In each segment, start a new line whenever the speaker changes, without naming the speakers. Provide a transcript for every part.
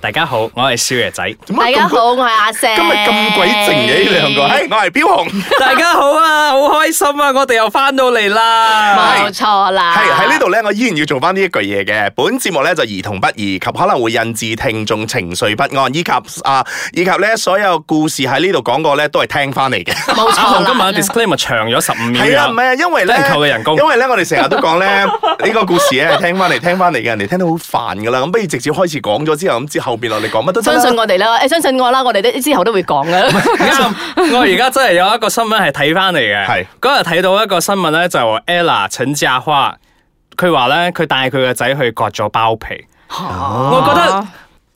大家好，我係少爺仔。
點
大
解咁
家好，我係阿石。
今日咁鬼靜嘅呢兩個，係我係飄紅，
大家好啊，好開心啊，我哋又翻到嚟啦。
冇錯啦。
係喺呢度咧，我依然要做翻呢一句嘢嘅。本節目咧就兒童不宜及可能會引致聽眾情緒不安，以及啊以及咧所有故事喺呢度講過咧都係聽翻嚟嘅。
冇
阿
錯
紅
啦。
今晚 disclaimer 長咗十五秒。
啊係啊，唔係啊，因為咧
俾人扣嘅人工
因為咧我哋成日都講咧呢個故事咧係聽翻嚟聽翻嚟嘅，人哋聽到好煩噶啦。咁不如直接開始講咗之後，咁之後邊落嚟講乜都得啦
相信我哋啦，誒，相信我啦，我哋都之後都會講嘅。
啱， 我而家真係有一個新聞係睇翻嚟嘅。
啊係
嗰日睇到一個新聞咧，就 Ella 陳嘉桦，佢話咧佢帶佢個仔去割咗包皮。我覺得。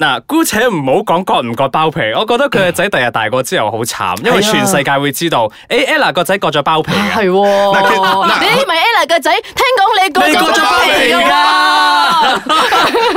嗱，姑且唔好講割唔割包皮，我覺得佢個仔第日大個之後好慘，因為
啊
全世界會知道，誒 Ella 個仔割咗包皮嘅。
係
嗱其
喎，
嗱
你咪 Ella 嘅仔，聽講你個
你割咗包皮㗎
㗎喎。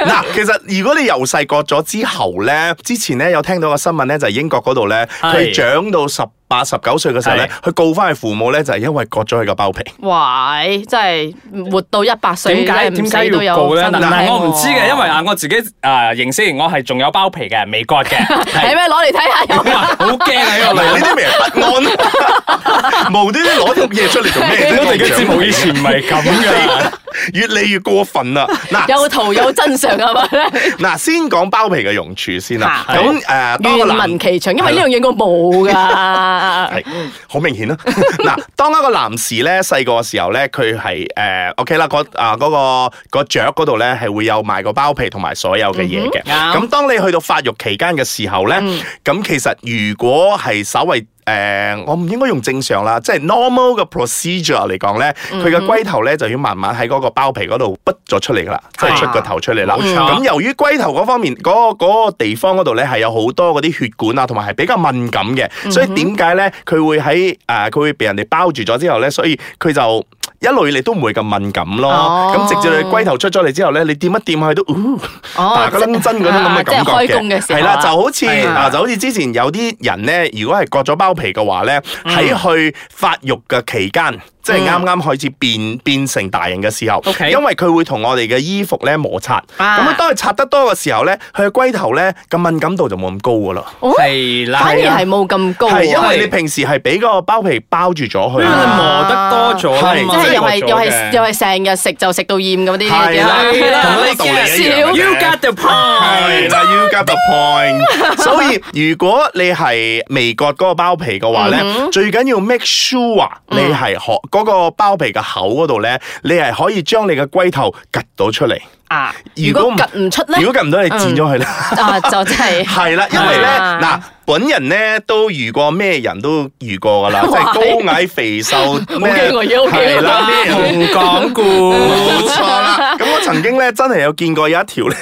嗱，其實如果你由細割咗之後咧，之前咧有聽到個新聞咧，就係、英國嗰度咧，
係
佢長到十八十九歲嘅時候咧，佢告翻佢父母咧，就係、因為割咗佢個包皮。
喂，真係活到一百歲，
點解
真係唔
點
死
解
都有
要告咧？
新
嗱
聞
嗱，
聽
我唔知嘅，
喎
因為啊，我自己啊認識，我係仲有包皮嘅，未割 嘅，
係
係
咩？攞嚟睇下有冇
哇好驚啊！呢
嗱，
個女
呢
人。
啲咪係不安， 無端端攞啲嘢出嚟做咩啫？
我哋嘅節目以前唔係咁嘅，
越嚟越過分啦！嗱
有圖有真相係咪咧？
嗱，先講包皮嘅用處先啦。
嚇
咁誒、呃， 當個
願
男
聞其詳，因為呢樣嘢我冇㗎。
係好明顯啦。 嗱，當一個男士咧細個嘅時候咧，佢係誒 OK 啦，嗰啊嗰個個雀嗰度咧係會有埋個包皮同埋所有嘅嘢嘅。
啱
咁當你去到發育期間嘅時候咧，咁其實如果係稍為誒、我唔應該用正常啦，即係 normal 嘅 procedure 嚟講咧，佢嘅龜頭咧就要慢慢喺嗰個包皮嗰度滗咗出嚟噶啦，即係出個頭出嚟啦。
冇錯
咁由於龜頭嗰方面嗰、個嗰個地方嗰度咧係有好多嗰啲血管啊，同埋係比較敏感嘅，
嗯
所以點解咧佢會喺誒佢會被人哋包住咗之後咧，所以佢就一類你都唔會咁敏感咯
哦。
咁、直至你龜頭出咗嚟之後咧，你掂一掂佢都，呃
哦
打個楞真嗰種咁嘅感覺
啊
嘅，
即係開工嘅時候啊
係啦，就好似
係啊
啊，就好似之前有啲人咧，如果係割咗包皮嘅話咧，
嗯
喺去發育嘅期間。即係啱啱開始變變成大人嘅時候
OK
因為佢會同我哋嘅衣服咧摩擦，咁
啊
啊當佢擦得多嘅時候咧，佢嘅龜頭咧嘅敏感度就冇咁高噶啦，
哦
係啦，
反而係冇咁高
係
喎，
因為你平時係俾個包皮包住咗佢
因為你
啊，
磨得多咗啦
係
即
嘛，
係又係
係
又係又係成日食就食到厭嗰啲
係啦
嘢
係啦
同呢個道理一樣嘅
You got the
係
point。
啦，you got the point。所以如果你係未割嗰個包皮嘅話咧，
嗯
最緊要 make sure 你係可嗰個包皮嘅口嗰度咧，你係可以將你嘅龜頭趌到出嚟。
啊！
如
如
果唔
果趌唔出
如
咧，
果趌唔到，你剪咗佢啦。
啊就 真係
係啦，因為咧
啊
嗱，本人咧都遇過咩人都遇過 噶啦，即係高矮肥瘦咩
驚啊我而家好驚
係啦咩人
同講故，
冇錯啦。咁我曾經咧真係有見過有一條咧。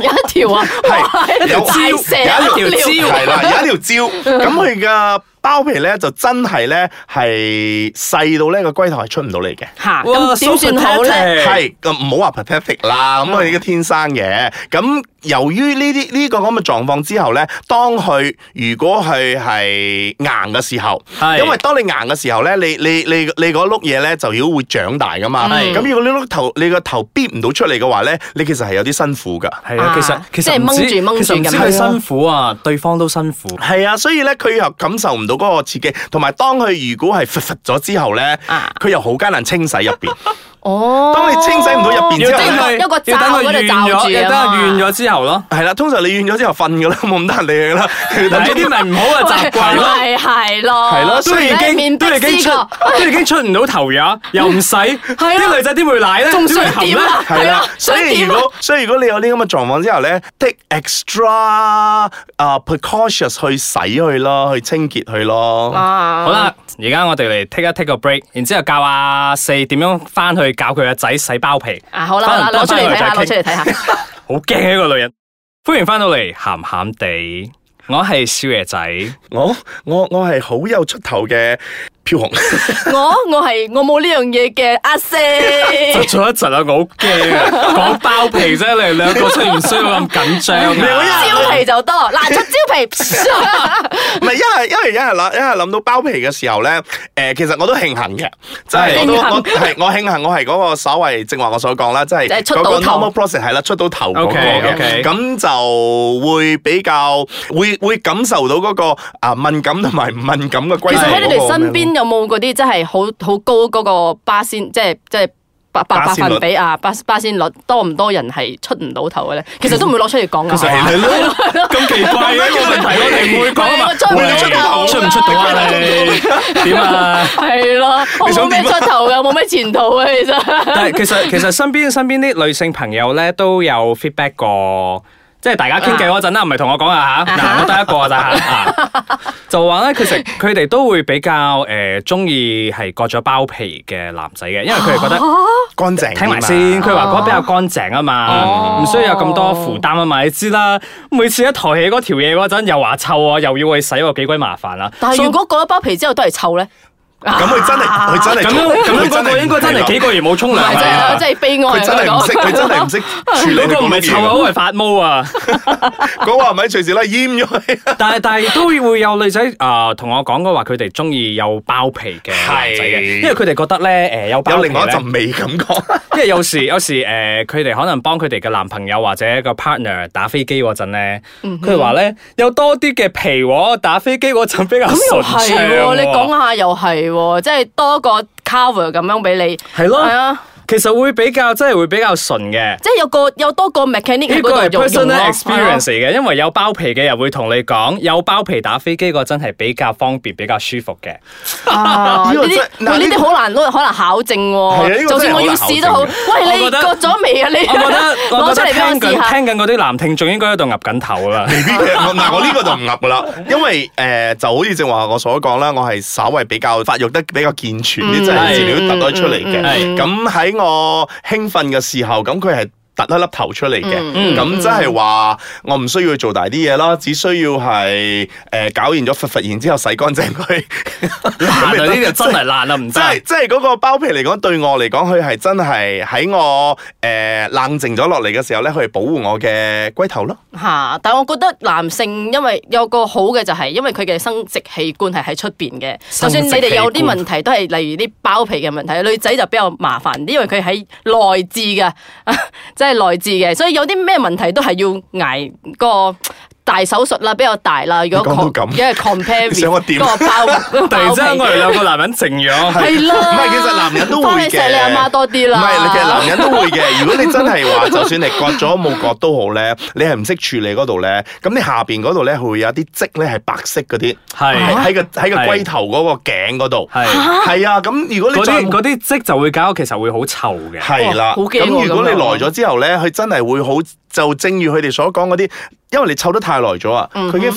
有一條啊，哇
係有
大蛇
招
有一條
條
蕉
係啦，有一條蕉，咁佢嘅包皮咧就真係咧係細到咧個龜頭係出唔到嚟嘅。
嚇咁點算好咧？
係咁唔好話 pathetic 啦，咁佢哋嘅天生嘅。咁由於呢啲呢個咁嘅狀況之後咧，當佢如果佢係硬嘅時候，
係
因為當你硬嘅時候咧，你你你你嗰碌嘢咧就要會長大噶嘛。
係
咁如果呢碌頭你個頭搣唔到出嚟嘅話咧，你其實係有啲辛苦㗎。
係啊，其實
啊
其
即
實
係
唔止
掹住掹住
其實唔止
咁
佢
樣
辛苦啊，對方都辛苦。
係啊，所以咧佢又感受唔到嗰個刺激，同埋當佢如果係佛佛咗之後咧，佢、
啊
又好艱難清洗入 邊。
哦，
當你清洗唔到入邊之
要
後
等
呢
佢，
一個罩
要等佢
嗰度罩
軟咗，
住
要
啊
等佢
嘛
軟咗之後咯。
係啦，通常你軟咗之後瞓噶啦，冇咁得人理佢 啦。
嗱呢
啊
啲咪唔好嘅習慣咯。
係係咯，
係咯
都
所以
已經
哦面
都
壁
已經
思
出
過， 啊
都已經出唔到頭呀，又 唔使啲女仔點會奶咧？
仲
點會
想
含
點
咧？
啊？
係啦，所以
點啊
如果所以如果你有呢咁嘅狀況之後咧，take extra 啊、precautions 去洗佢咯，去清潔佢咯。
啊
好啦，而家我哋嚟 take 一 take 個 break，然之後教阿四點樣翻去教佢個仔洗包皮。
啊好啦好啦，攞出嚟睇下，攞出嚟睇下。
好驚啊呢個女人！歡迎翻到嚟，鹹 鹹地，我係少爺仔。
我我我係好有出頭嘅飘红。
我我係我冇呢樣嘢嘅，阿 四。
窒咗一陣啊，我好驚啊！講包皮啫，你哋兩個雖然唔需要咁緊張 啊。
蕉皮就多，嗱出蕉皮，
唔係，因為因為因為諗因為諗到包皮嘅時候咧，誒、其實我都慶幸嘅，即係我都
慶幸
我係我慶幸我係嗰個所謂正話我所講啦，即係
即係出
嗰個
到頭
normal process 係啦，出到頭嗰個嘅，
OK，OK
咁就會比較會會感受到嗰、個啊敏感同埋唔敏感嘅關
其
係。
實喺你哋身
嗰個咩咯
邊有冇嗰啲真係好好高嗰個巴仙，即係即係百百百
巴仙率
分比啊，巴巴仙率多唔多人係出唔到頭嘅咧？其實都唔會攞出嚟講啊
其實
㗎。
係咯，
咁奇怪嘅一個問題，我哋唔會講啊嘛
我出唔
喂
出頭
出唔出到啊？ 你點啊？
係咯，我
你
冇
想
咩
點啊
出頭嘅，冇咩前途啊嘅，其實。
但係其 實其實身邊身邊啲女性朋友咧都有 feedback 過，即係大家傾偈嗰陣啦，唔係同我講啊吓，嗱我得一個 咋吓，啊就話咧其實佢哋都會比較誒中意係割咗包皮嘅男仔嘅，因為佢哋覺得
哦
乾淨啲嘛。
聽埋先，佢話嗰比較乾淨啊嘛，
哦
唔需要有咁多負擔啊嘛，你知啦，每次一抬起嗰條嘢嗰陣又話臭啊，又要去洗，我幾鬼麻煩啊！
但係
所以
如果割咗包皮之後都係臭咧，
咁佢真係佢真係
咁樣咁樣嗰個應該真係幾個月冇沖涼
啊唔係真
啊
係真係悲哀啊。
佢真係唔識，佢真係唔
識。
識處理你
嗰個唔
講乜
係臭啊，
嘢。
嗰個係發毛啊！
嗰個係咪隨時咧閹咗佢？
但係 但係都會有女仔啊同我講過話，佢哋中意有包皮嘅男仔嘅，
係
因為佢哋覺得咧誒有包
有
皮
另外一
咧，
陣味感覺。
因為有時有 時誒佢哋可能幫佢哋嘅男朋友或者個 partner 打飛機嗰陣咧，
嗯
佢哋話咧有多啲嘅皮喎，打飛機嗰陣比 較
咁又
順
係
暢
喎，
啊
喎。
你講下又係喎，即係多個 cover 咁樣俾你。
係
係
咯，
啊，
其實會比較真係會比較順嘅。
即係有個有多個 mechanic 喺
呢個
嗰
係
度用用咯
personal experience 嚟嘅，因為有包皮嘅人會同你講，有包皮打飛機嗰陣係比較方便、比較舒服嘅。
啊！
呢
呢
個真
啲
嗱
喂
呢
呢啲好難攞，好難考證
係啊
喎。
呢個
就
真
算
係
我要
好難
試都好，
考
喂，你
我覺得
割咗未啊？你
我覺得我
攞出
覺得
嚟俾
聽
我試
緊
下。
聽緊嗰啲男聽眾應該喺度岌緊頭啊 啦。
未必嘅，我嗱我呢個就唔噏噶啦，因為誒、呃就好似正話我所講啦，我係稍為比較發育得比較健全啲，即係
嗯係
資料突咗出嚟
嗯
嗯
嘅。咁喺我興奮嘅時候，咁佢係。突一粒頭出嚟
嗯
嘅，咁即係話我唔需要做大啲嘢啦，只需要係誒、呃搞完咗佛佛，然之後洗乾淨 佢。
爛啊！呢個真係爛啦，唔啊
即係
得。
即係嗰個包皮嚟講，對我嚟講，佢係真係喺我誒、呃冷靜咗落嚟嘅時候咧，佢係保護我嘅龜頭咯。
嚇！但係我覺得男性因為有個好嘅就係因為佢嘅生殖器官係喺出邊嘅，就
生
算
殖器官
你哋有啲問題都係例如啲包皮嘅問題，女仔就比較麻煩啲，因為佢喺內置嘅， 即係內置嘅，所以有啲咩問題都係要捱個。大手術啦，比較大啦。如果
你講到
com-
咁
因為 compare
你想我點
with 嗰個包
突然
包
之間，我
皮
哋兩個男人靜咗。
係啦，
唔係其實男人都會嘅
翻去錫你阿媽多啲
唔
啦。
係，其實男人都會嘅。 如果你真係話，就算你割咗冇割都好咧，你係唔識處理嗰度咧，咁你下邊嗰度咧會有啲積咧係白色嗰啲，喺
係
喺個喺個
係
龜頭嗰個頸嗰度。
係
係啊，咁如果你
嗰
再
啲嗰啲積就會搞，其實會好臭嘅。
係啦，
哇好驚喎
咁如果你
咁
來
樣
咗之後咧，佢真係會好，就正如佢哋所講嗰啲，因為你湊得太耐咗啊，佢已經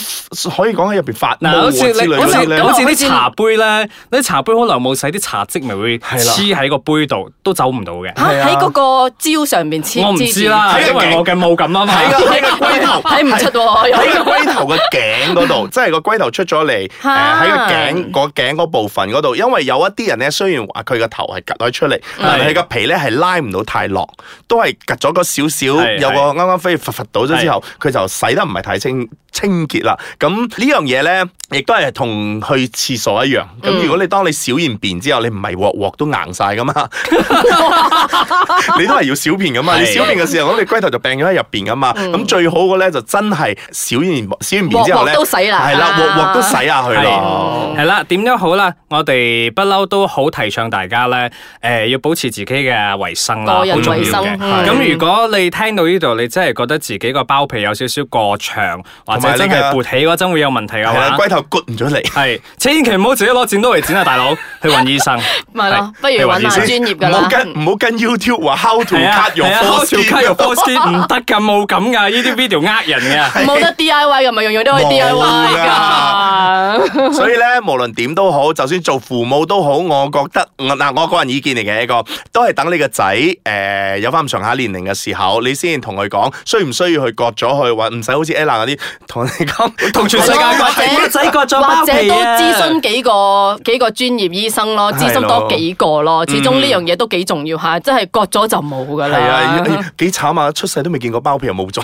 可以講喺入邊發毛
嗯嗱，
啊
好
之
似
類
你
嗰
好似
啲
咁
咧
我
好。似啲茶杯咧，啲茶杯好耐冇洗，啲茶漬咪會黐喺個杯度，都走唔到嘅。
嚇喺嗰個蕉上面黐
我唔知啦，
黐住
因為我嘅冇感啊嘛。
喺個喺個
黐
龜
住
頭
睇唔出喎，有
喺個龜頭嘅頸嗰度，即係個龜頭出咗嚟，誒
嚇
喺個頸個頸嗰部分嗰度，因為有一啲人咧，雖然話佢個頭係趌咗出嚟，但係佢個皮咧係拉唔到太落，都係趌咗個少少，
係
有個啱啱飛佛佛到咗之後，佢就洗得唔係太清清潔啦。咁呢樣嘢咧，亦都係同去廁所一樣。咁如果你當你小完便之後，你唔係鑊鑊都硬晒噶嘛， 你都係要小便噶嘛。
係
你小便嘅時候，咁你龜頭就病咗喺入邊噶嘛。咁最好嘅咧就真係小完小完便之後
嗯鑊
咧，
鑊都洗啦，啊
係啦，鑊鑊都洗下佢咯。
係啦，點都好啦，我哋不嬲都好提倡大家咧，誒、要保持自己嘅衞生啦，
個人
好重要
衞生
嘅。
嗯
咁如果你聽到呢度，你真係覺得自己個包皮有少少過長，或
同
者
埋你
真
嘅
係勃起嗰陣會有問題嘅
係啦，
啊
話，
龜頭割唔咗嚟。
係千祈唔好自己攞剪刀嚟剪啊，大 佬，去揾醫生。
咪咯
係
不如
去
揾
醫
下
生
專業㗎
唔
啦
好跟唔好跟 YouTube 話 how to
係啊
cut your
係啊
f o r
，How
s
to
k
cut
i
your foreskin 唔得㗎，冇咁㗎，呢啲 video 呃人㗎。
冇得 D I Y 嘅，咪樣樣都可以 D I Y
冇
㗎。
所以咧，無論點都好，就算做父母都好，我覺得我嗱，我個人意見嚟嘅一個，都係等你個仔誒有翻咁上下年齡嘅時候，你先同佢講需唔需要去割咗佢，或唔使好似 Ella 嗰啲，同你講，
同全世界
或
講，
者
個仔割咗包
或者
皮
多
啊！
諮詢幾個幾個專業醫生咯，諮詢多幾個咯，始終呢樣嘢都幾重要嚇，真係割咗就冇噶
係啊，
啦。
哎幾慘啊！出世都未見過包皮又冇咗，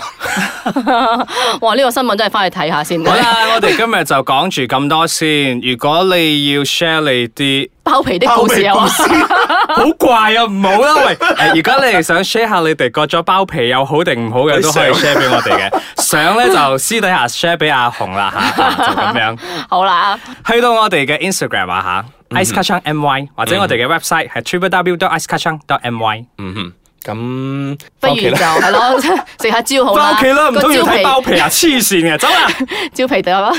哇！呢個新聞真係翻去睇下先。
好啦，我哋今日就講住咁多先。如果你要 share 你啲
包皮的故事啊！
好怪啊，唔好啦，喂！誒如果你哋想 share 下你哋割咗包皮又好定唔好嘅，
你
都可以
想
share 俾我哋 嘅。相咧就私底下 share 俾阿紅 啦吓，就咁樣。
好啦，
去到我哋嘅 Instagram 啊吓，Ice Kacang My 或者我哋嘅 website 係 www.icekacang.my。
嗯哼，咁
不
翻
如
屋
就
企啦
係咯，食下蕉好啦。
翻屋企啦，唔
個
通要
蕉
睇包
皮，
皮啊？黐線嘅，走啦！
蕉皮得啦。